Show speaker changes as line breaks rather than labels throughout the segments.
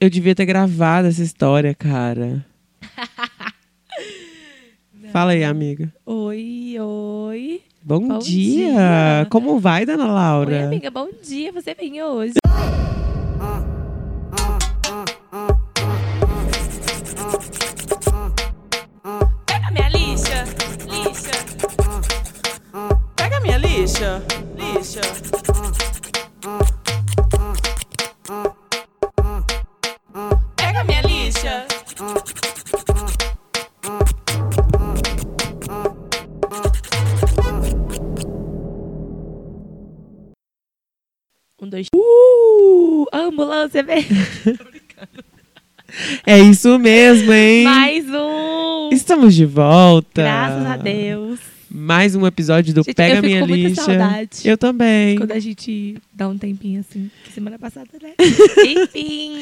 Eu devia ter gravado essa história, cara. Fala aí, amiga.
Oi, oi.
Bom,
Bom
dia.
dia.
Como vai, dona
Oi,
Laura?
amiga, bom dia. Você veio hoje.
Pega minha lixa, lixa. Pega minha lixa, lixa. Pega minha lixa.
Um, dois. Uh! A ambulância veio.
É isso mesmo, hein?
Mais um.
Estamos de volta.
Graças a Deus.
Mais um episódio do
Gente,
Pega
eu fico
Minha
com muita
Lixa.
saudade.
Eu também.
Quando a gente dá um tempinho assim. que Semana passada, né? Enfim.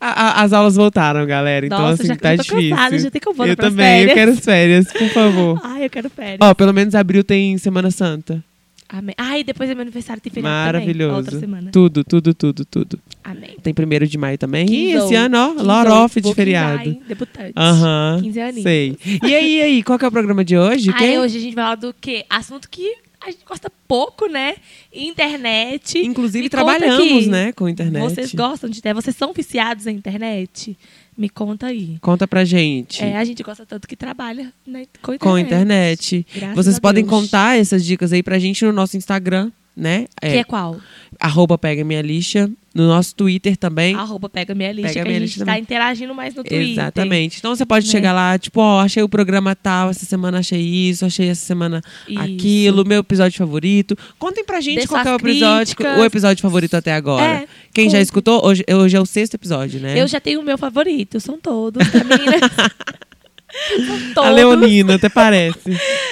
A- a- as aulas voltaram, galera. Então,
Nossa,
assim,
já
tá
eu tô
difícil.
cansada, já tem que eu vou
eu
pras
também, eu
férias.
quero as férias, por favor.
Ai, eu quero férias.
Ó, pelo menos abril tem Semana Santa.
Amém. Ai, depois é meu aniversário, tem feriado
Ah. Maravilhoso.
também. Outra semana.
Tudo, tudo, tudo, tudo.
Amém.
Tem primeiro de maio também. E
Quinzão.
esse ano, ó,
Quinzão.
Lorof de
Vou quinzar,
feriado.
hein? Debutante.
Aham.
15 aninhos.
Sei. E aí, e aí, qual que é o programa de hoje?
Aí
Quem-
hoje a gente vai falar do quê? Assunto que a gente gosta pouco, né? Internet.
Inclusive,
Me conta
trabalhamos,
aqui.
né, com internet.
Vocês gostam de internet? Vocês são viciados na internet? Me conta aí.
Conta pra gente.
É, a gente gosta tanto que trabalha né, com internet.
com internet.
Graças
Vocês
a
podem
Deus.
contar essas dicas aí pra gente no nosso Instagram, né?
Que é qual?
Arroba Pega Minha Lixa. No nosso Twitter também.
Arroba Pega Minha Lista,
Pega
que
Minha
a gente
Lista
tá
também.
interagindo mais no Twitter.
Exatamente. Então você pode
Né?
chegar lá, tipo, ó, achei o programa tal, essa semana achei isso, achei essa semana
Isso.
aquilo, meu episódio favorito. Contem pra gente
Dê
qual que é o
suas
episódio,
críticas.
o episódio favorito até agora.
É,
Quem já
conta.
escutou, hoje, hoje é o sexto episódio, né?
Eu já tenho o meu favorito, são todos. tá, meninas? são
A
todos.
Leonina, até parece.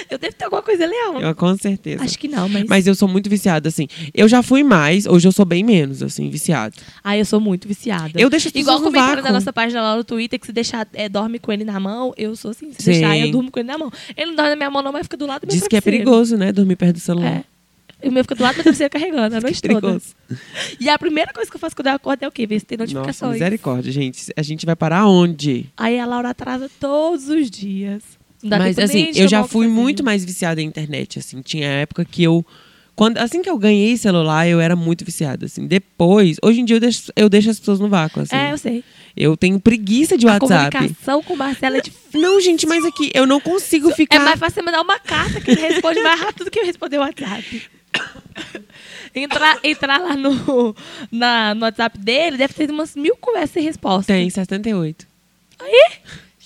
Eu devo ter alguma coisa, Leão.
Eu, com certeza.
Acho que é não, mas.
Mas eu sou muito viciada, assim. Eu já fui mais, hoje eu sou bem menos, assim, viciado.
Ah, eu sou muito viciada.
Eu deixo as
Igual
pessoas no
comentaram
vácuo.
na nossa página lá no Twitter que se deixar, é, dorme com ele na mão. Eu sou assim, se
Sim.
deixar, eu durmo com ele na mão. Ele não dorme na minha mão, não, mas fica do lado do meu
Diz que é
travesseiro.
perigoso, né? Dormir perto do celular.
É. O meu fica do lado do meu travesseiro carregando a noite toda.
perigoso.
E a primeira coisa que eu faço quando eu acordo é o quê? Ver se tem
Nossa,
notificações.
misericórdia, gente. A gente vai parar onde?
Aí a Laura atrasa todos os dias. Não dá
Mas
tempo nem
assim,
de
eu
tomar um
já fui
cafezinho.
muito mais viciada em internet, assim. Tinha época que eu quando assim que eu ganhei celular, eu era muito viciada, assim. Depois, hoje em dia eu deixo, eu deixo as pessoas no vácuo, assim.
É, eu sei.
Eu tenho preguiça de
A
WhatsApp.
comunicação com o Marcelo é difícil.
Não, gente, mas aqui eu não consigo ficar
É mais fácil você mandar uma carta que ele responde mais rápido do que eu responder o WhatsApp. Entrar, entrar lá no, na- no WhatsApp dele, deve ter umas mil conversas sem resposta.
tem 78.
Aí,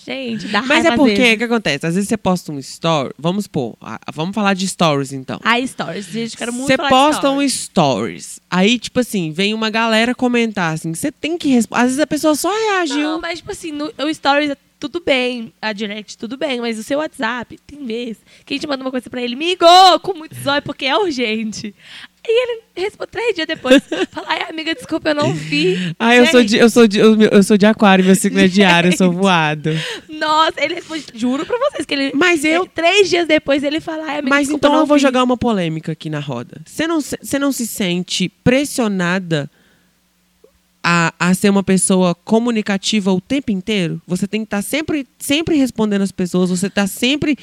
gente, dá
Mas
raiva
é
às
porque o
vezes.
que acontece? Às vezes você posta um story, vamos pôr, ah, vamos falar de stories então.
Ai, stories, gente, Ah, eu quero muito
Você
falar
posta
de
um stories. Aí, tipo assim, vem uma galera comentar assim, você tem que responder. Às vezes a pessoa só um reagiu.
Não, mas tipo assim, no, o stories é tudo bem, a direct tudo bem, mas o seu WhatsApp, tem vezes que a gente manda uma coisa pra ele, migo, com muito zóio, porque é urgente. E ele responde três dias depois, fala, ai amiga, desculpa, eu não vi.
Ah, eu sou,
Gente,
de, eu, sou de, eu, eu sou de aquário, meu signo é de ar, eu sou voado.
Nossa, ele responde, juro pra vocês que ele.
Mas eu-
ele- três dias depois ele fala, ai, amiga,
Mas
desculpa,
então
não
eu vou
vi."
jogar uma polêmica aqui na roda. Você não, se- você não se sente pressionada a, a ser uma pessoa comunicativa o tempo inteiro? Você tem que estar sempre, sempre respondendo as pessoas, você está sempre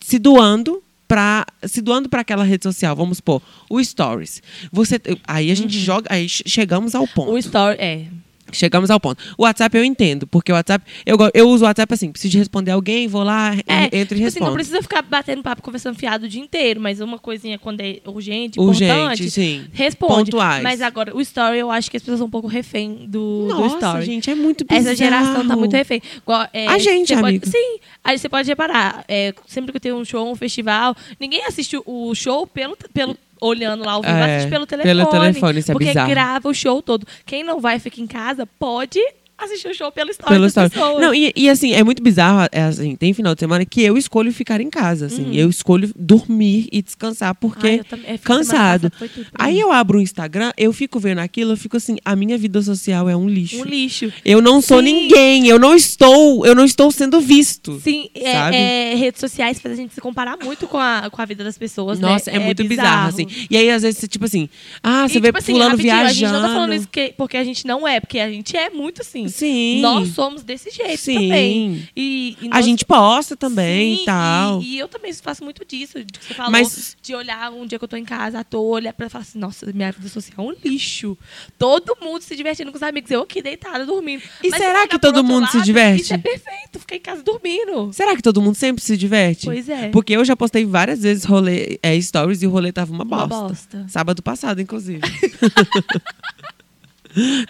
se doando para se doando para aquela rede social, vamos supor, o stories. Você aí a gente joga, aí che- chegamos ao ponto.
O story, é.
Chegamos ao ponto. O WhatsApp eu entendo, porque o WhatsApp. Eu, go- eu uso o WhatsApp assim, preciso de responder alguém, vou lá,
É,
en- entro e
tipo assim, não
respondo.
precisa ficar batendo papo, conversando fiado o dia inteiro, mas uma coisinha quando é urgente,
Urgente,
importante,
sim.
responde.
Pontuais.
Mas agora, o story, eu acho que as pessoas são um pouco refém do, do
Nossa,
story.
gente, é muito bizarro.
Essa geração tá muito refém. Igual, é,
A gente,
você pode-
amigo.
sim, aí você pode reparar. é, sempre que tem um show, um festival, ninguém assiste o- o show pelo, pelo olhando lá ao vivo,
É,
assiste pelo
pelo
telefone.
telefone, isso é
porque
bizarro.
grava o show todo. Quem não vai fica em casa, pode assistir o show pelo story
pelo
das
story.
pessoas.
Não, e, e, assim, é muito bizarro, é assim, tem final de semana que eu escolho ficar em casa, assim. Eu escolho dormir e descansar, porque
Uhum. Ai, eu também- é, fim de semana
cansado.
passada foi tudo pra
Aí
mim.
eu abro o Instagram, eu fico vendo aquilo, eu fico assim, a minha vida social é um lixo.
Um lixo.
Eu não sou
Sim.
ninguém, eu não estou, eu não estou sendo visto.
Sim, é-
Sabe?
é, redes sociais faz a gente se comparar muito com a, com a vida das pessoas, né?
Nossa, é, muito bizarro. assim. E aí, às vezes, você, tipo assim, ah,
E,
você vê
tipo assim,
fulano
rapidinho,
viajando.
A gente não tá falando isso que- porque a gente não é, porque a gente é muito assim.
Sim.
Nós somos desse jeito
Sim.
também. E, e
A
nós-
gente posta também
Sim,
e tal.
E, eu também faço muito disso, de que você falou,
Mas-
de olhar um dia que eu tô em casa à toa, olhar pra falar assim, nossa, minha vida social é um lixo. Todo mundo se divertindo com os amigos, eu aqui deitada, dormindo.
E
se
será
olhar
que
por
todo
outro
mundo se diverte?
Isso é perfeito, ficar em casa dormindo.
Será que todo mundo sempre se diverte?
Pois é.
Porque eu já postei várias vezes rolê, é, stories e o rolê tava uma bosta.
bosta.
Sábado passado, inclusive.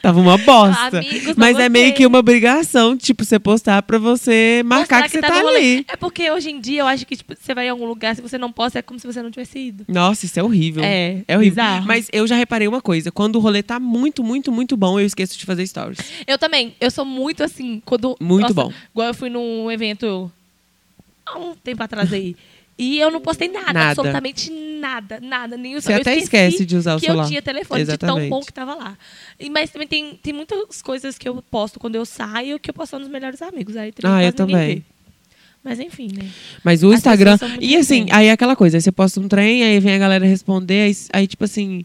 tava uma bosta.
Amigos, não
Mas é meio
gostei.
que uma obrigação, tipo, você postar pra você marcar
Mostrar
que, você
no
tá,
rolê.
ali.
É porque hoje em dia eu acho que tipo, você vai em algum lugar, se você não posta, é como se você não tivesse ido.
Nossa, isso é horrível.
É,
é horrível.
bizarro.
Mas eu já reparei uma coisa: quando o rolê tá muito, muito, muito bom, eu esqueço de fazer stories.
Eu também. Eu sou muito assim, quando.
Muito bom.
Igual eu fui num evento há um tempo atrás aí. E eu não postei nada,
Nada.
absolutamente nada, nada, nem o
Você até
eu esqueci
esquece de usar o
que
celular.
eu tinha telefone de
Exatamente.
tão bom que tava lá. E, mas também tem, tem muitas coisas que eu posto quando eu saio que eu posto nos melhores amigos. Aí também
Ah, eu
quase ninguém
também.
vê. Mas enfim, né?
Mas o
As
Instagram.
pessoas são muito
E assim,
diferentes.
aí é aquela coisa, aí você posta um trem, aí vem a galera responder, aí, aí, tipo assim.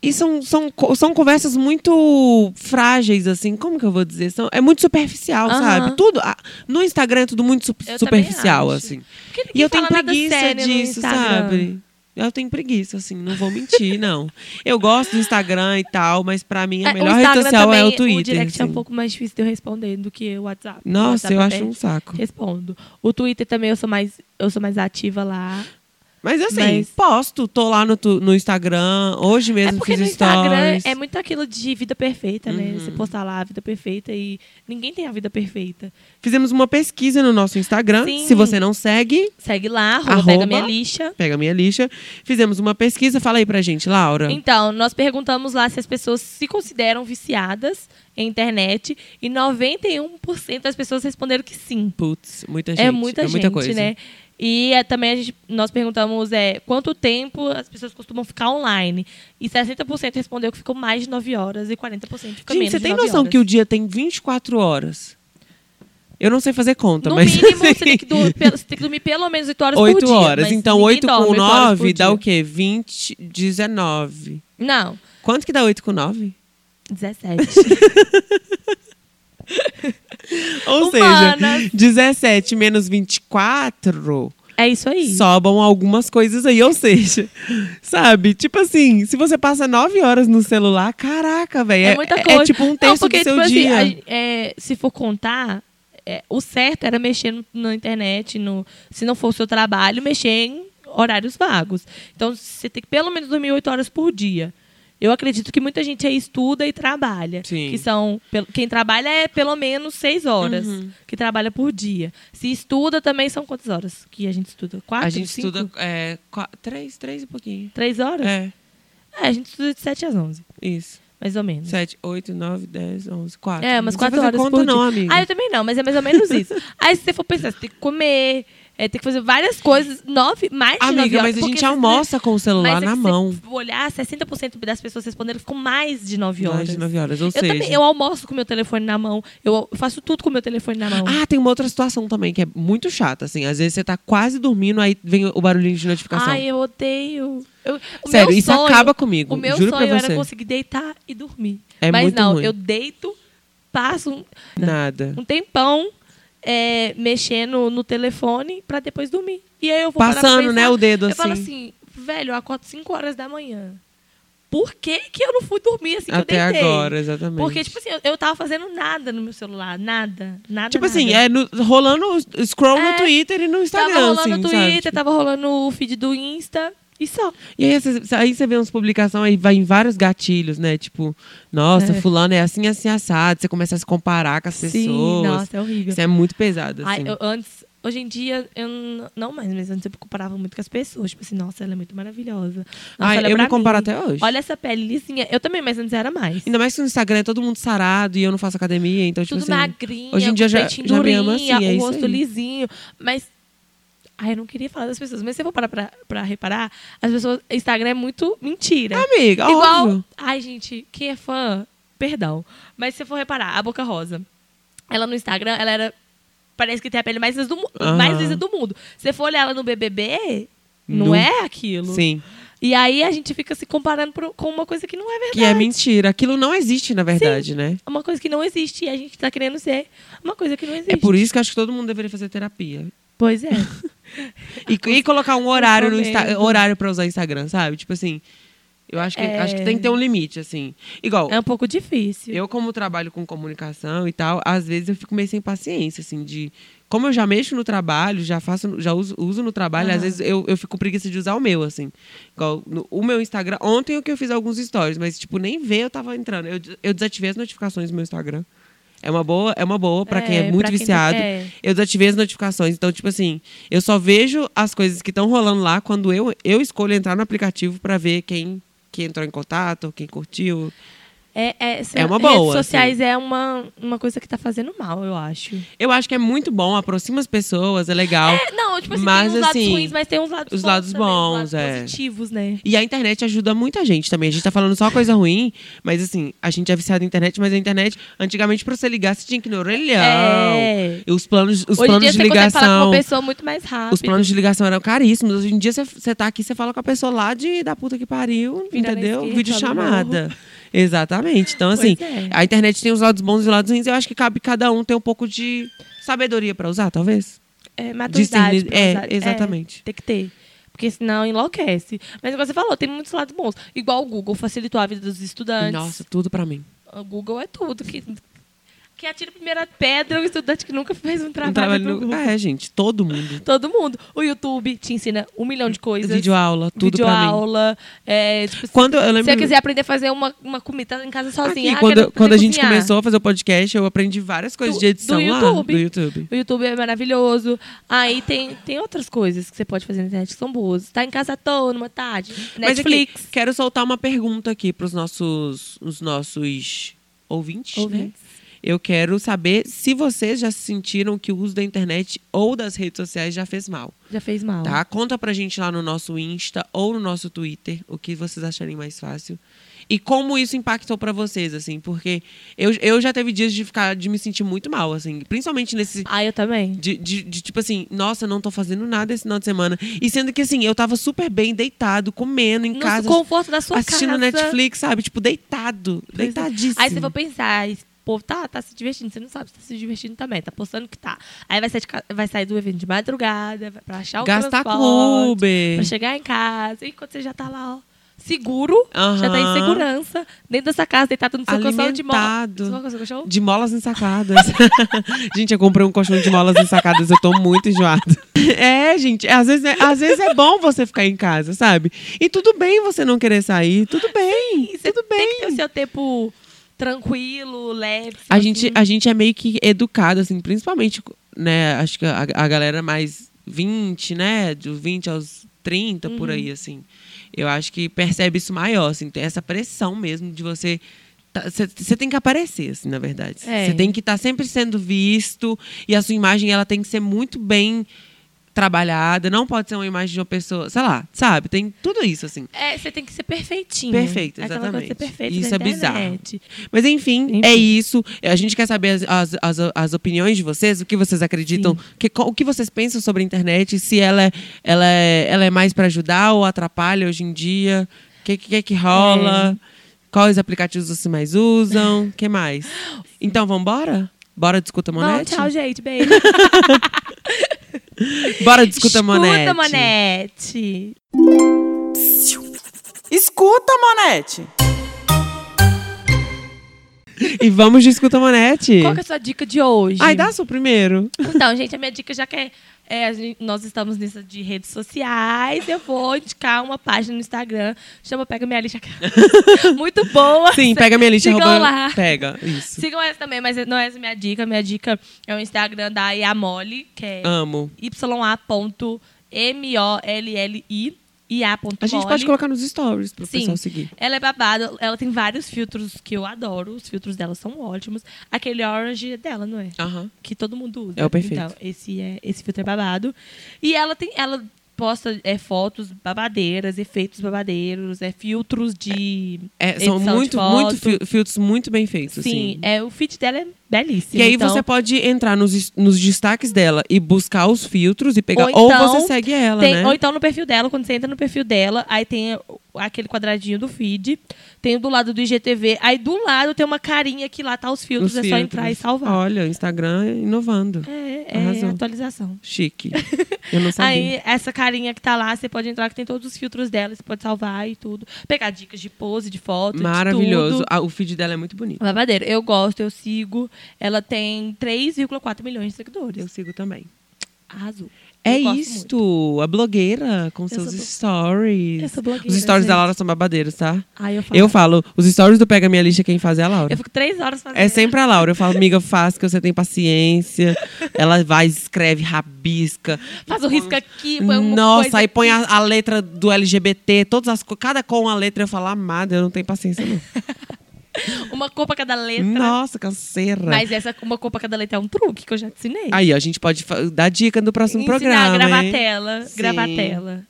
E são, são, co- são conversas muito frágeis, assim, como que eu vou dizer? São, é muito superficial,
Aham.
sabe? Tudo. a- no Instagram é tudo muito sup-
Eu
superficial,
também acho.
assim.
Porque ninguém
E eu tenho
fala nada
preguiça
sério no
disso,
Instagram.
sabe? Eu tenho preguiça, assim, não vou mentir, não. Eu gosto do Instagram e tal, mas pra mim a
É, o
melhor rede
Instagram
social é o
também,
Twitter.
O direct é um
assim.
pouco mais difícil de eu responder do que o WhatsApp. O
Nossa,
WhatsApp
eu acho
pede.
um saco.
Respondo. O Twitter também eu sou mais, eu sou mais ativa lá.
Mas assim,
Mas-
posto, tô lá no, tu- no Instagram, hoje
É
mesmo
porque
fiz
no Instagram
stories. Uhum.
é muito aquilo de vida perfeita, né? Você postar lá a vida perfeita e ninguém tem a vida perfeita.
Fizemos uma pesquisa no nosso Instagram.
Sim.
Se você não segue,
Segue lá, arroba,
Arroba.
pega minha lixa.
pega minha lixa. Fizemos uma pesquisa, fala aí pra gente, Laura.
Então, nós perguntamos lá se as pessoas se consideram viciadas em internet e 91% das pessoas responderam que sim.
Putz, muita gente.
É muita gente,
muita coisa.
né? E é, também a gente, nós perguntamos é, quanto tempo as pessoas costumam ficar online. E 60% respondeu que ficou mais de 9 horas e 40% fica
Gente,
menos
você
de
tem
nove
noção
horas.
que o dia tem 24 horas? Eu não sei fazer conta,
No
mas.
mínimo,
assim,
você, tem que dormir, pelo- você tem que dormir pelo menos 8 horas por
8
dia.
horas.
mas
Então,
ninguém
8
dorme
com
oito horas por
9 dá
dia.
o quê? 20, 19.
Não,
Quanto que dá 8 com 9?
17.
Ou
Humanas.
seja, 17 menos 24.
é isso aí.
sobam algumas coisas aí. Ou seja, sabe? Tipo assim, se você passa nove horas no celular, caraca, velho.
É muita coisa.
É, tipo um terço
Não, porque,
do seu
tipo assim,
dia.
a gen- é, se for contar, é, o certo era mexer no- na internet, no, se não for o seu trabalho, mexer em horários vagos. Então, você tem que pelo menos dormir oito horas por dia. Eu acredito que muita gente aí estuda e trabalha.
Sim.
Que são, pel- quem trabalha é pelo menos seis horas
Uhum.
que trabalha por dia. Se estuda também são quantas horas que a gente estuda? Quatro?
A gente
cinco?
estuda é, qua- três, três e pouquinho.
Três horas?
É,
É, a gente estuda de sete às onze,
isso.
mais ou menos.
Sete, oito, nove, dez, onze, quatro.
É, umas
Não
quatro
sei fazer
horas
conta
por
não,
dia.
amiga.
Ah, eu também não, mas é mais ou menos isso. Aí se você for pensar, você tem que comer, é, tem que fazer várias coisas, nove, mais de nove
Amiga,
horas.
mas a
porque
gente
se você-
almoça com o
mas
celular
é que
na
se
mão.
você olhar, 60% das pessoas responderam ficou mais de nove horas.
Mais de nove horas, ou
eu
seja...
também, eu almoço com meu telefone na mão, eu faço tudo com meu telefone na mão.
Ah, tem uma outra situação também que é muito chata, assim. Às vezes você tá quase dormindo, aí vem o barulhinho de notificação.
Ai, eu odeio. Eu- o
Sério,
meu
isso
sonho-
acaba comigo,
O meu
juro pra
sonho
você.
era conseguir deitar e dormir.
É
Mas
muito
não,
ruim.
eu deito, passo um,
Nada.
um tempão é, mexendo no telefone pra depois dormir. E aí eu vou parar pra
Passando,
pensar,
né, o dedo,
eu
assim.
falo assim, velho, eu acordo 5 horas da manhã. Por que, que eu não fui dormir assim que
Até
eu deitei?
agora, exatamente.
Porque, tipo assim, eu, eu tava fazendo nada no meu celular. Nada, nada,
Tipo assim,
nada.
é no- rolando o scroll
É,
no Twitter e no Instagram,
Tava rolando
assim,
o
sabe?
Twitter,
Tipo,
tava rolando o feed do Insta e só.
E aí você, aí você vê umas publicações, aí vai em vários gatilhos, né? Tipo, nossa,
É.
fulano é assim, assim, assado. Você começa a se comparar com as
Sim,
pessoas.
nossa, é horrível.
Isso é muito pesado, assim.
Ai, eu- antes, Hoje em dia, eu n- não mais, mas antes eu me comparava muito com as pessoas. Tipo assim, nossa, ela é muito maravilhosa. Nossa,
Ai,
olha
eu
pra
me comparo
mim.
até hoje.
Olha essa pele lisinha. Eu também, mas antes era mais.
Ainda mais que no Instagram é todo mundo sarado e eu não faço academia, então, tipo
Tudo
assim.
magrinha,
hoje em dia
com
já-
peitinho
já me ama
durinha,
assim, é
o
isso
rosto
aí.
lisinho. Mas. Ai, eu não queria falar das pessoas. Mas se eu for parar pra, pra reparar, as pessoas. Instagram é muito mentira.
Amiga,
Igual.
óbvio.
Ai, gente, quem é fã, perdão. Mas se eu for reparar, a Boca Rosa. Ela no Instagram, ela era. Parece que tem a pele mais lisa do, mu-
Aham.
mais lisa do mundo. Se você for olhar ela no BBB, não
Nu.
é aquilo.
Sim.
E aí a gente fica se comparando pro- com uma coisa que não é verdade.
Que é mentira. Aquilo não existe, na verdade, né?
Uma coisa que não existe. E a gente tá querendo ser uma coisa que não existe.
É por isso que eu acho que todo mundo deveria fazer terapia.
Pois é.
E, e colocar um horário no Insta-
recomendo.
horário para usar Instagram, sabe? Tipo assim, eu acho que
É.
acho que tem que ter um limite assim. Igual,
é um pouco difícil.
eu como trabalho com comunicação e tal, às vezes eu fico meio sem paciência assim de como eu já mexo no trabalho, já faço, já uso, uso no trabalho, às
Aham.
vezes eu, eu fico com preguiça de usar o meu, assim. Igual no- o meu Instagram, ontem eu que eu fiz alguns stories, mas, tipo, nem ver eu tava entrando. Eu, des- eu desativei as notificações do meu Instagram. É uma boa, é uma boa pra quem é
É,
muito
pra quem-
viciado.
é.
Eu desativei as notificações. Então, tipo assim, eu só vejo as coisas que estão rolando lá quando eu, eu escolho entrar no aplicativo pra ver quem, quem entrou em contato, quem curtiu.
É, é, se-
É uma boa,
Redes sociais é uma, uma coisa que tá fazendo mal, eu acho.
Eu acho que é muito bom, aproxima as pessoas, é legal.
É, não, tipo assim,
Mas,
tem uns
assim,
lados ruins, mas tem uns lados
os
bons
lados
também, uns
bons,
lados
é.
positivos, né?
E a internet ajuda muita gente também. A gente tá falando só coisa ruim, mas assim, a gente é viciado em internet, mas a internet, antigamente, pra você ligar, você tinha que ir no orelhão.
É.
E os planos, os
Hoje em
planos
dia
de
você consegue falar com
ligação.
uma pessoa muito mais rápido.
Os planos de ligação eram caríssimos. Hoje em dia você- você tá aqui, você fala com a pessoa lá de da puta que pariu,
Vira na
entendeu?
esquerda, tá
Videochamada. Exatamente. Então,
Pois
assim,
é.
a internet tem os lados bons e os lados ruins. Eu acho que cabe cada um ter um pouco de sabedoria pra usar, talvez.
é, maturidade.
discernir- é,
propriedade.
exatamente.
É, tem que ter. Porque senão enlouquece. Mas igual você falou, tem muitos lados bons. Igual o Google facilitou a vida dos estudantes.
Nossa, tudo pra mim.
O Google é tudo. Que, que atira a primeira pedra, o estudante que nunca fez um
Não
trabalho.
trabalho
pro
no...
Google.
É, gente, todo mundo.
Todo mundo. O YouTube te ensina um milhão de coisas.
Videoaula, tudo pra mim.
Videoaula. É, tipo, se-
Quando eu lembro...
se você quiser aprender a fazer uma, uma comida em casa sozinha.
Aqui,
ah,
quando,
quero aprender
quando a gente
cozinhar.
começou a fazer o podcast, eu aprendi várias coisas
Do-
de edição
do
lá
YouTube.
do YouTube.
O YouTube é maravilhoso. Aí tem, tem outras coisas que você pode fazer na internet que são boas. Tá em casa à toa, numa tarde.
Mas
Netflix.
aqui, quero soltar uma pergunta aqui pros nossos, os nossos ouvintes, né?
Ouvintes.
Eu quero saber se vocês já sentiram que o uso da internet ou das redes sociais já fez mal,
Já fez mal.
tá? Conta pra gente lá no nosso Insta ou no nosso Twitter, o que vocês acharem mais fácil. E como isso impactou pra vocês, assim, porque eu, eu já teve dias de ficar, de me sentir muito mal, assim, principalmente nesse,
Ah, eu também.
de, de- de, tipo assim, nossa, não tô fazendo nada esse final de semana. E sendo que assim, eu tava super bem, deitado, comendo em
No
casa,
conforto da sua
assistindo
casa.
Netflix, sabe? Tipo, deitado.
Pois é.
deitadíssimo.
Aí você vai pensar, esse povo tá, tá se divertindo, você não sabe se tá se divertindo também, tá postando que tá. Aí vai sair, de ca- vai sair do evento de madrugada, vai pra achar o
Gastar
transporte,
com Uber.
Pra chegar em casa, enquanto você já tá lá, ó, seguro, já tá em
Aham.
segurança, dentro dessa casa, deitado no seu colchão de mola.
Alimentado.
Você colocou seu colchão?
De molas ensacadas. gente, eu comprei um colchão de molas ensacadas, eu tô muito enjoada. É, gente, às vezes é, às vezes é bom você ficar em casa, sabe? E tudo bem você não querer sair, tudo bem,
Sim, você
tudo
Tem que ter o
bem.
seu tempo tranquilo, leve.
A
assim.
gente, a gente é meio que educado, assim, principalmente, né? Acho que a, a galera mais 20, né? De 20 aos 30, por aí, assim. Eu acho que percebe isso maior, assim, tem essa pressão mesmo de você. tá, Você tem que aparecer, assim, na verdade. Você
É.
tem que estar sempre sendo visto e a sua imagem ela tem que ser muito bem trabalhada. Não pode ser uma imagem de uma pessoa, sei lá, sabe? Tem tudo isso, assim.
É, você tem que ser perfeitinho. É
Perfeito,
Aquela coisa de ser
exatamente.
perfeito
Isso
na
é bizarro.
internet.
Mas enfim,
Enfim.
é isso. A gente quer saber as, as, as- as opiniões de vocês, o que vocês acreditam, que- co- o que vocês pensam sobre a internet, se ela, é- ela, é, ela é mais para ajudar ou atrapalha hoje em dia, o que, é que, que rola,
É.
quais aplicativos vocês mais usam, o que mais. Então, vamos embora? Bora discuta
Não,
Monete?
tchau, gente. Beijo.
Bora discuta Monete.
Escuta, Monete.
Escuta, Monete.
E vamos de escuta manete.
Qual que é a sua dica de hoje?
Ai, dá seu primeiro.
Então, gente, a minha dica já que é, é, a gente- nós estamos nessa de redes sociais, eu vou indicar uma página no Instagram, chama Pega Minha Lixa. Muito boa.
Sim, pega minha lista.
Sigam
arroba-
lá.
Pega, isso.
Sigam essa também, mas não é essa minha dica. Minha dica é o Instagram da Yamoli, que é
Amo.
ya.molli.
A gente pode colocar nos stories pro
Sim.
pessoal seguir.
Ela é babada, ela tem vários filtros que eu adoro, os filtros dela são ótimos. Aquele orange é dela, não é?
Aham.
que todo mundo usa.
É o perfeito.
Então, esse, é, esse filtro é babado. E ela tem. Ela posta é, fotos babadeiras, efeitos babadeiros, é, filtros de.
É, são
edição de
muito,
foto.
muito fi- filtros muito bem feitos,
Sim,
assim.
é, o feed dela é belíssimo.
E aí
então,
você pode entrar nos, es- nos destaques dela e buscar os filtros e pegar.
Ou
Ou,
então,
você segue ela,
tem-
né?
Ou então no perfil dela, quando você entra no perfil dela, aí tem o- aquele quadradinho do feed, tem o do lado do IGTV, aí do lado tem uma carinha que lá tá os filtros,
Os
é só
filtros.
entrar e salvar.
Olha, o Instagram inovando.
É, é
Arrasou.
atualização.
Chique. Eu não sabia.
Aí, essa carinha que tá lá, você pode entrar, que tem todos os filtros dela, você pode salvar e tudo. Pegar dicas de pose, de foto,
Maravilhoso.
de tudo.
Ah, o feed dela é muito bonito.
Babadeiro, eu gosto, eu sigo. Ela tem 3,4 milhões de seguidores.
Eu sigo também.
Arrasou.
É
Eu gosto muito.
isto, a blogueira com seus
sou blo-
stories.
Eu sou blogueira,
os stories da
gente.
Laura são babadeiros, tá?
Aí eu falo.
Eu falo, os stories do Pega Minha Lista, quem faz é a Laura.
Eu fico três horas fazendo.
É sempre a Laura. Eu falo, amiga, faz que você tem paciência. Ela vai, escreve, rabisca.
Faz o risco aqui, põe Tipo, é uma coisa
Nossa, aí põe
aqui.
a, a letra do LGBT, todas as co- cada com a letra eu falo, amada, eu não tenho paciência não.
uma cor pra cada letra.
Nossa, canseira.
Mas essa uma cor pra cada letra é um truque que eu já te ensinei.
Aí ó, a gente pode fa- dar dica no próximo
Ensinar
programa.
a gravar
hein?
tela,
Sim.
gravar tela.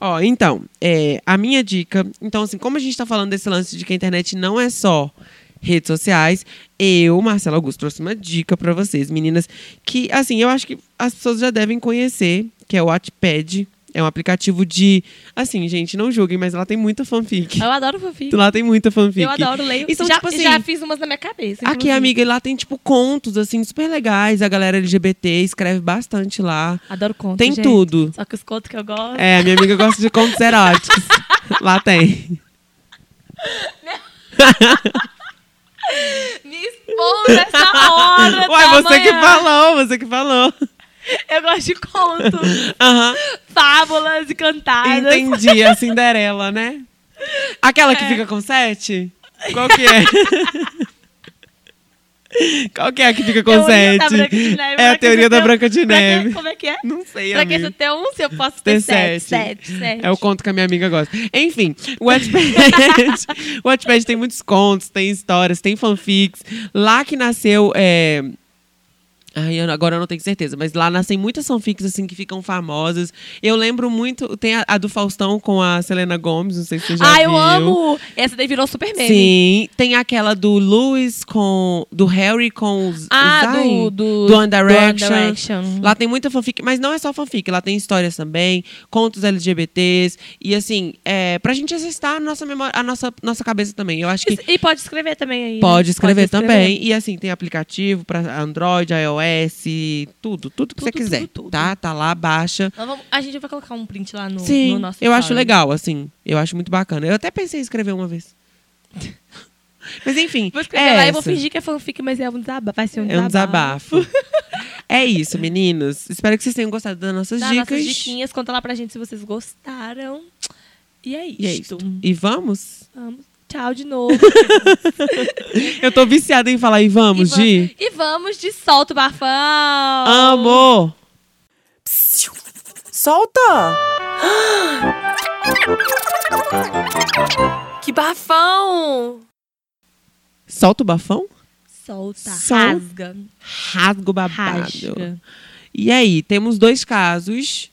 Ó, então, é, a minha dica. Então, assim, como a gente tá falando desse lance de que a internet não é só redes sociais, eu, Marcelo Augusto, trouxe uma dica pra vocês, meninas, que, assim, eu acho que as pessoas já devem conhecer, que é o Wattpad. É um aplicativo de. Assim, gente, não julguem, mas ela tem muita fanfic.
Eu adoro fofinho.
Lá tem muita fanfic.
Eu adoro leio.
E são,
já,
tipo assim,
já fiz umas na minha cabeça.
Aqui,
inclusive.
amiga, e lá tem, tipo, contos, assim, super legais. A galera LGBT escreve bastante lá.
Adoro conto,
Tem
gente.
tudo.
Só que os contos que eu gosto.
É, minha amiga gosta de contos eróticos. Lá tem.
Me expor nessa hora
Uai,
da
você
manhã.
que falou, você que falou.
Eu gosto de contos,
Aham.
fábulas e cantadas.
Entendi, a Cinderela, né? Aquela
É.
que fica com sete? Qual que é? Qual que é a que fica com
Teoria da
sete?
Branca de Neve.
é
Pra
a
que
teoria
você
da
tem- um-
Branca de
pra que-
Neve.
como é que é?
Não sei,
pra que
amiga.
você tem um, se eu posso ter
Tem
sete.
sete.
Sete, sete.
É o conto que a minha amiga gosta. Enfim, o Wattpad, o Wattpad tem muitos contos, tem histórias, tem fanfics. Lá que nasceu... é, Ai, eu- agora eu não tenho certeza, mas lá nascem muitas fanfics assim que ficam famosas. Eu lembro muito, tem a, a do Faustão com a Selena Gomes, não sei se você já
Ah,
viu.
eu amo! Essa daí virou super meme.
Sim, tem aquela do Lewis com. do Harry com os.
Ah,
os- ai,
do, do,
do One Direction.
Do One Direction. Uhum.
Lá tem muita fanfic, mas não é só fanfic, lá tem histórias também, contos LGBTs. E assim, é, pra gente exercitar a nossa memória, a nossa, nossa cabeça também. Eu acho que
E pode escrever também aí. né?
pode escrever também. E assim, tem aplicativo pra Android, iOS, tudo, tudo que
Tudo,
você quiser.
tudo, tudo.
Tá? Tá lá, baixa.
Nós Então vamos- a gente vai colocar um print lá no,
Sim,
no nosso
eu acho
story.
legal, assim. Eu acho muito bacana. Eu até pensei em escrever uma vez. Mas enfim.
Vou escrever
é
lá e vou
essa.
fingir que é fanfic, mas é um desabafo. Vai ser um
É um
desabafo.
desabafo. é isso, meninos. Espero que vocês tenham gostado das nossas
Dá
dicas.
nossas diquinhas, conta lá pra gente se vocês gostaram. E é isto.
E é isso. E vamos?
Vamos. Tchau de novo.
Eu tô viciada em falar e vamos, Ah.
e,
Gi.
vamos, e vamos de solta o bafão.
Amo!
Solta! Que bafão!
Solta o bafão,
Solta.
Sol-
Rasga.
rasga o babado.
Rasga.
E aí, temos dois casos.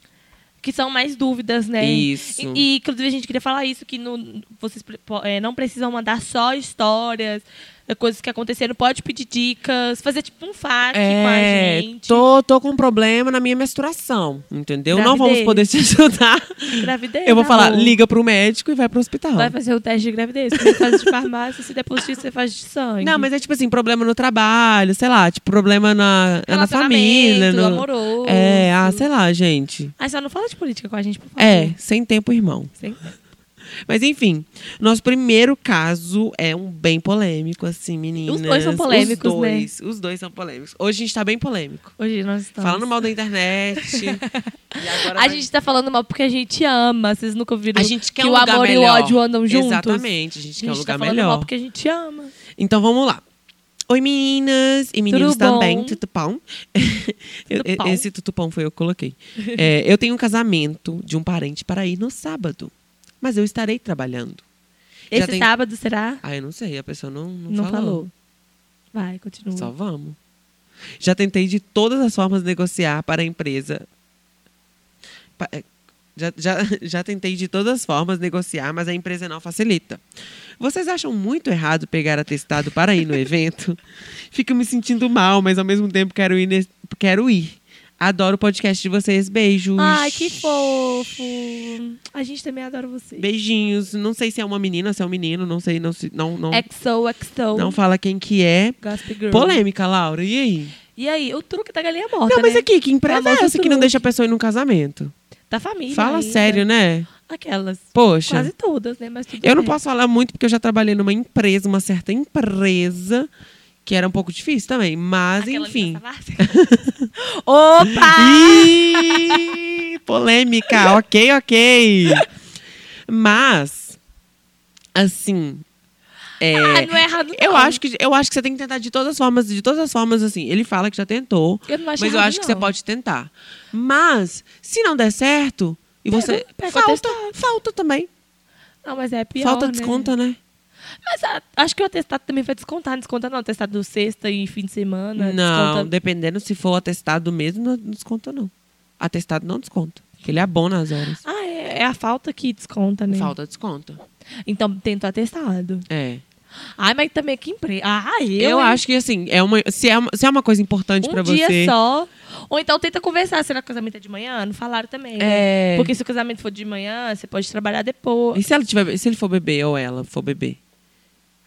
Que são mais dúvidas, né?
Isso.
E, e, inclusive, a gente queria falar isso, que no, vocês pre- po- é, não precisam mandar só histórias, é, coisas que aconteceram. Pode pedir dicas, fazer tipo um fac com a gente.
É, tô, tô com um problema na minha menstruação, entendeu? Não vamos
Gravidez.
poder te ajudar.
Gravidez,
Eu vou falar,
amor.
liga pro médico e vai pro hospital.
Vai fazer o teste de gravidez. Você faz de farmácia, se der positivo, você faz de sangue.
Não, mas é tipo assim, problema no trabalho, sei lá, tipo, problema na,
É,
na família.
Relacionamento,
No...
amoroso.
É, ah, sei lá, gente.
É. Aí só não fala de política com a gente, por favor.
É, sem tempo, irmão.
Sem-
Mas enfim, nosso primeiro caso é um bem polêmico, assim, meninas.
Os dois são polêmicos,
os dois, né? Os dois são polêmicos. Hoje a gente tá bem polêmico.
Hoje nós estamos.
Falando mal da internet. e agora
A
vai-
gente tá falando mal porque a gente ama. Vocês nunca ouviram
a gente quer
que
um
o
lugar
amor e
melhor.
o ódio andam juntos?
Exatamente, a gente,
A
quer um
gente
lugar
tá falando
melhor.
mal porque a gente ama.
Então vamos lá. Oi meninas e meninos
Tudo bom?
também, tutupão. Eu-
Tutupão.
Esse tutupão foi eu que coloquei. É, eu tenho um casamento de um parente para ir no sábado, mas eu estarei trabalhando. Já
Esse
tem-
sábado será?
Ah, eu não sei, a pessoa não, não,
Não
falou.
falou. Vai, continua.
Só vamos. Já tentei de todas as formas negociar para a empresa. Pa- é, Já, já, já tentei de todas as formas negociar, mas a empresa não facilita. Vocês acham muito errado pegar atestado para ir no evento? Fico me sentindo mal, mas ao mesmo tempo quero ir. nes- Quero ir. Adoro o podcast de vocês. Beijos.
Ai, que fofo. A gente também adora você.
Beijinhos. Não sei se é uma menina, se é um menino. Não sei. Não, se- não, não,
XO, XO.
não fala quem que é.
Gossip Girl.
Polêmica, Laura. E aí?
E aí, o truque da galinha morta,
Não, mas
né?
aqui, que empresa é
Famoso
essa que não
truque.
deixa a pessoa ir num casamento?
Da família.
Fala
ainda.
sério, né?
Aquelas.
Poxa.
Quase todas, né? Mas tudo
Eu não
bem.
posso falar muito porque eu já trabalhei numa empresa, uma certa empresa, que era um pouco difícil também, mas
Aquela
enfim.
linda salária. Opa!
Ih, polêmica, ok, ok. Mas, assim. é,
Ah, não é errado, não.
eu, acho que, eu acho que você tem que tentar de todas as formas, de todas as formas, assim. Ele fala que já tentou.
Eu não acho
mas eu
errado,
acho que você
não.
pode tentar. Mas, se não der certo, e
Pega-
você.
pega o
falta,
atestado.
falta também.
Não, mas é pior,
falta
né?
desconta, né?
Mas a- acho que o atestado também vai descontar. Não desconta não. Atestado do sexta e fim de semana.
Não,
desconta-
dependendo se for atestado mesmo, não desconta, não. Atestado não desconta. Porque ele abona as horas.
Ah, é, é a falta que desconta, né?
Falta desconta.
Então, tenta o atestado.
É.
Ai, mas também que empresa. Ah, eu,
Eu,
hein?
acho que, assim, é uma, se, é uma, se é uma coisa importante pra
um
você.
dia só. Ou então tenta conversar. Será que o casamento é de manhã? Não falaram também. né?
É.
Porque se o casamento for de manhã, você pode trabalhar depois.
E se, ela tiver, se ele for beber ou ela for beber?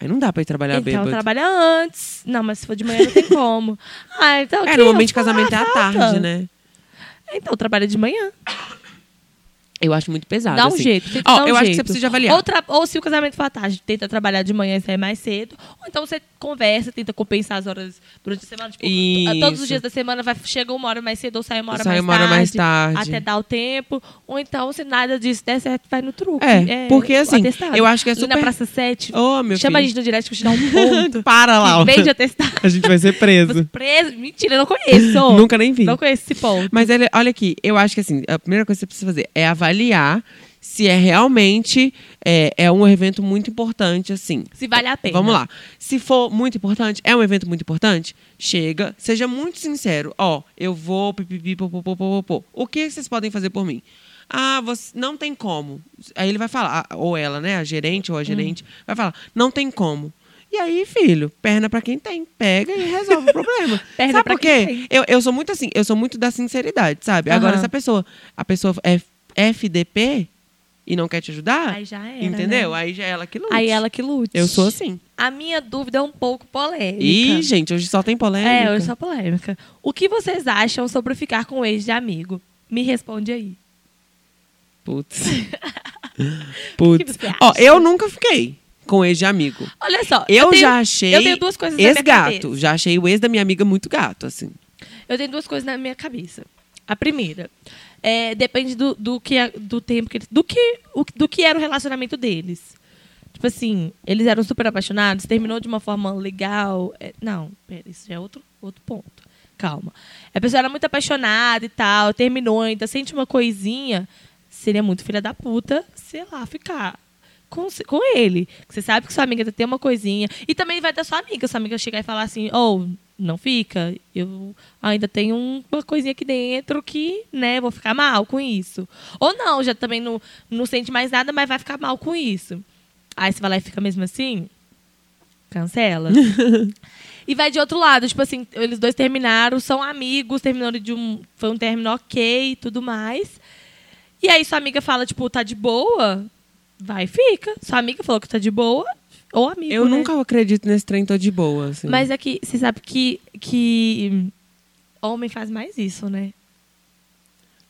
Aí não dá pra ir trabalhar
então
bêbado.
trabalha antes. Não, mas se for de manhã não tem como. Ah, então.
É,
aqui,
normalmente
ó,
casamento é à
falta.
tarde, né?
"Ah, Então trabalha de manhã.
Eu acho muito pesado.
Dá um
assim.
jeito. tenta
Ó,
dar um
eu acho que
jeito.
você precisa avaliar.
Ou, tra- ou se o casamento for à tarde, tenta trabalhar de manhã e sair mais cedo. Ou então você conversa, tenta compensar as horas durante a semana. Tipo,
Isso.
todos os dias da semana vai, chega uma hora mais cedo ou sai uma hora,
Sai
mais,
uma
tarde,
hora mais tarde.
Até dar o tempo. Ou então, se nada disso der certo, vai no truque.
É, porque, assim,
atestado.
eu acho que é
Ir
super-
Na Praça 7,
Ô, meu
chama a
filho.
gente no direct que eu te dar um ponto.
Para,
que
Laura.
veio de atestado.
A gente vai ser
Você é
preso.
preso. Mentira, eu não conheço.
Nunca nem vi.
Não conheço esse ponto.
Mas ele- olha aqui, eu acho que assim, a primeira coisa que você precisa fazer é avaliar se é realmente é, é um evento muito importante, assim.
Se vale a pena.
Vamos lá. Se for muito importante, é um evento muito importante, chega, seja muito sincero. Ó, eu vou, pipipi, pô, pô, pô, pô, pô, pô. O que vocês podem fazer por mim? Ah, você, não tem como. Aí ele vai falar, ah, ou ela, né, a gerente ou a gerente,
Hum.
vai falar, não tem como. E aí, filho, perna pra quem tem, pega e resolve o problema.
Perna
Sabe
pra
por
quem
quê?
tem.
Eu, eu sou muito assim, eu sou muito da sinceridade, sabe? Agora,
Aham.
se a pessoa, a pessoa é FDP e não quer te ajudar,
Aí já era,
entendeu?
né?
Aí já é ela que lute.
Aí ela que lute.
Eu sou assim.
A minha dúvida é um pouco polêmica.
Ih, gente, hoje só tem polêmica.
É, eu sou polêmica. O que vocês acham sobre ficar com o ex de amigo? Me responde aí.
Putz. Putz.
O que você acha?
Ó, eu nunca fiquei com ex de amigo.
Olha só.
Eu,
tenho-
já achei
Eu tenho duas coisas na minha cabeça.
ex-gato. Já achei o ex da minha amiga muito gato, assim.
Eu tenho duas coisas na minha cabeça. A primeira, é, depende do, do que a- do tempo que eles, do que o- do que era o relacionamento deles. Tipo assim, eles eram super apaixonados, terminou de uma forma legal. é, não, pera, isso já é outro outro ponto. Calma. A pessoa era muito apaixonada e tal, terminou, ainda sente uma coisinha, seria muito filha da puta, sei lá, ficar com, se- com ele. Você sabe que sua amiga tem uma coisinha. E também vai da sua amiga. Sua amiga chegar e falar assim, ou não fica, eu ainda tenho um- uma coisinha aqui dentro que, né, vou ficar mal com isso. Ou não, já também não, não sente mais nada, mas vai ficar mal com isso. Aí você vai lá e fica mesmo assim, cancela. E vai de outro lado, tipo assim, eles dois terminaram, são amigos, terminaram de um. Foi um término ok e tudo mais. E aí sua amiga fala, tipo, tá de boa? Vai, fica. Sua amiga falou que tá de boa, ou amigo.
Eu
né?
nunca acredito nesse trem tô de boa, assim.
Mas é que você sabe que, que homem faz mais isso, né?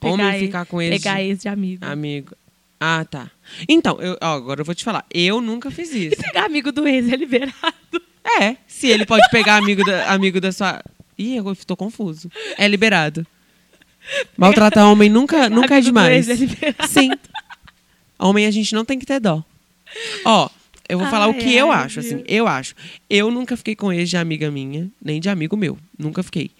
Homem
e-
ficar com ex
Pegar
de
ex de amigo.
amigo. Ah, tá. Então, eu, ó, agora eu vou te falar. Eu nunca fiz
E
isso.
pegar amigo do ex é liberado.
É, se ele pode pegar amigo da, amigo da sua. Ih, eu tô confuso. É liberado. Maltratar homem nunca, nunca é
Amigo do
demais.
ex é liberado.
Sim. Homem a gente não tem que ter dó. Ó, eu vou falar o
Ai,
que eu
ai,
acho,
viu?
assim, eu acho. Eu nunca fiquei com ex de amiga minha, nem de amigo meu. Nunca fiquei.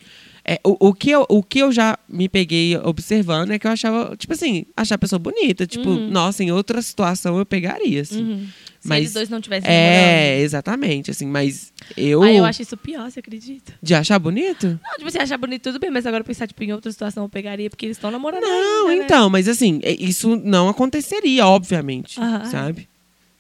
É, o, o que eu, o que eu já me peguei observando é que eu achava, tipo assim, achar a pessoa bonita. Tipo, nossa, em outra situação eu pegaria, assim.
Uhum. Se eles dois não tivessem
É, exatamente, assim, mas eu,
Aí eu acho isso pior, você acredita?
de achar bonito?
Não, tipo, você achar bonito tudo bem, mas agora pensar, tipo, em outra situação eu pegaria, porque eles estão namorando
Não,
ainda, né?
então, mas assim, é- isso não aconteceria, obviamente,
Aham.
sabe?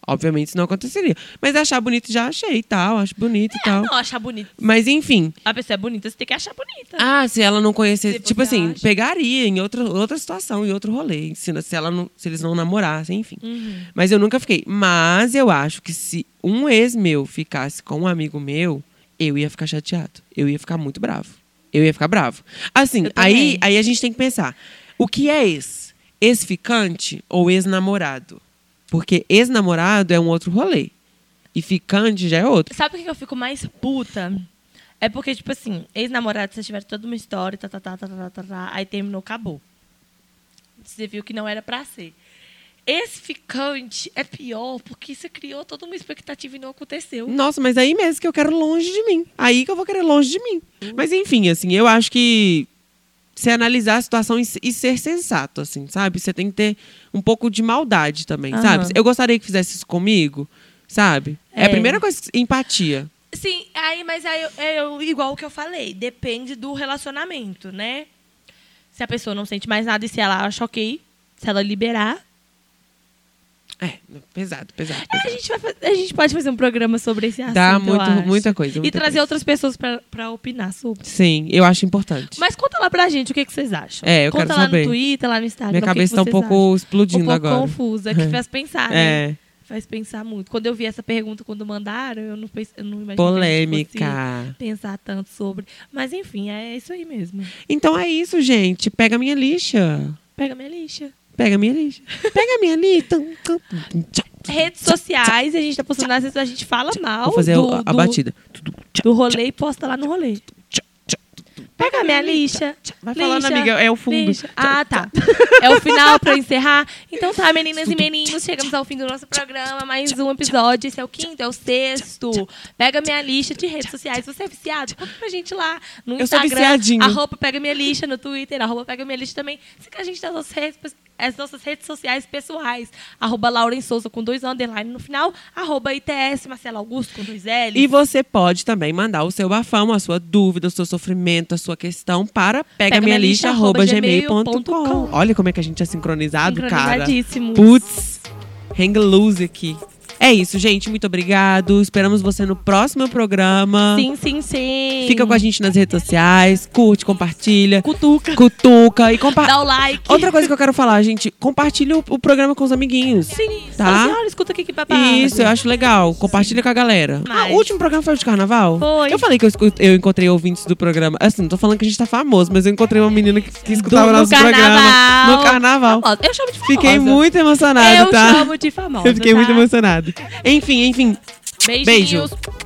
Obviamente isso não aconteceria. Mas achar bonito já achei e tal, acho bonito e
Ah,
tal.
Não, achar bonito.
Mas enfim,
A pessoa é bonita, você tem que achar bonita.
ah, se ela não conhecesse,
Se
tipo
você
assim,
acha.
pegaria em outra, outra situação, em outro rolê, se, se ela não- se eles não namorassem, enfim.
Uhum.
Mas eu nunca fiquei. Mas eu acho que se um ex meu ficasse com um amigo meu, eu ia ficar chateado. Eu ia ficar muito bravo. Eu ia ficar bravo. Assim,
Eu
aí,
também.
aí a gente tem que pensar: o que é ex? Ex-ficante ou ex-namorado? Porque ex-namorado é um outro rolê. E ficante já é outro.
Sabe o que eu fico mais puta? É porque, tipo assim, ex-namorado, vocês tiveram toda uma história, tá, tá, tá, tá, tá, tá, tá, tá, aí terminou, acabou. Você viu que não era pra ser. Esse ficante é pior porque você criou toda uma expectativa e não aconteceu.
Nossa, mas aí mesmo que eu quero longe de mim. Aí que eu vou querer longe de mim.
Uhum.
Mas enfim, assim, eu acho que se analisar a situação e, se- e ser sensato, assim, sabe? Você tem que ter um pouco de maldade também,
Aham.
sabe? Eu gostaria que fizesse isso comigo, sabe? É, a
É.
primeira coisa, que- empatia.
Sim, aí, mas aí eu, é eu- igual o que eu falei, depende do relacionamento, né? Se a pessoa não sente mais nada e se ela acha ok, se ela liberar.
É, pesado, pesado.
A
pesado.
gente, vai fa- a gente pode fazer um programa sobre esse assunto.
Dá
eu
muito-
acho.
muita coisa,
e
muita
trazer
coisa.
outras pessoas pra, pra opinar sobre.
Sim, eu acho importante.
Mas conta lá pra gente o que, que vocês acham.
É, eu
conta
quero
lá
saber.
no Twitter, lá ah, no Instagram.
Minha
o que que
cabeça tá um
vocês
pouco
acham.
explodindo
um pouco
agora.
confusa, que faz pensar, né?
É,
Faz pensar muito. Quando eu vi essa pergunta quando mandaram, eu não, pens- eu não imaginei. que a gente fosse
polêmica.
Pensar tanto sobre. Mas enfim, é isso aí mesmo.
Então é isso, gente. Pega minha lixa.
Pega minha lixa.
Pega minha lixa. Pega minha lixa. Tum, tum, tum, tchau.
Redes sociais, a gente tá postando nas redes, a gente fala mal.
Vou fazer
do,
a, a
do-
batida.
Do rolê e posta lá no rolê. Pega minha lixa.
Vai
lixa,
falando, amiga, é o fundo.
lixa. Ah, tá. É o final pra encerrar. Então tá, meninas e meninos, chegamos ao fim do nosso programa. Mais um episódio. Esse é o quinto, é o sexto. Pega minha lixa de redes sociais. Você é viciado? Conta pra gente lá no
Eu sou
Instagram.
viciadinho.
Arroba Pega Minha Lixa no Twitter, arroba Pega Minha Lixa também. Siga a gente nas nossas redes, as nossas redes sociais pessoais. Arroba Lauren Souza com dois underline no final. Arroba ITS Marcelo Augusto com dois L.
E você pode também mandar o seu bafão, a sua dúvida, o seu sofrimento, a sua questão para pega minha lixa arroba gmail.com. Olha como é que a gente é sincronizado, cara.
Sincronizadíssimos.
Putz, hang loose aqui. É isso, gente. Muito obrigado. Esperamos você no próximo programa.
Sim, sim, sim.
Fica com a gente nas redes sociais, curte, compartilha,
Cutuca.
cutuca e compartilha.
Dá um o like.
Outra coisa que eu quero falar, gente, compartilha o, o programa com os amiguinhos.
Sim,
Tá?
fala assim, olha, escuta aqui que babado.
Isso, eu acho legal. Compartilha com a galera. Ah,
Mas-
o último programa foi o de carnaval?
Foi.
Eu falei que eu, escu- eu encontrei ouvintes do programa. Assim, não tô falando que a gente tá famoso, mas eu encontrei uma menina que, que escutava
Do- no
nosso programa
carnaval.
no carnaval.
Famosa. Eu chamo de famosa.
Fiquei muito emocionado,
Eu
tá?
chamo de famosa.
eu fiquei
tá?
muito emocionado. Enfim, enfim.
Beijinhos.
Beijo.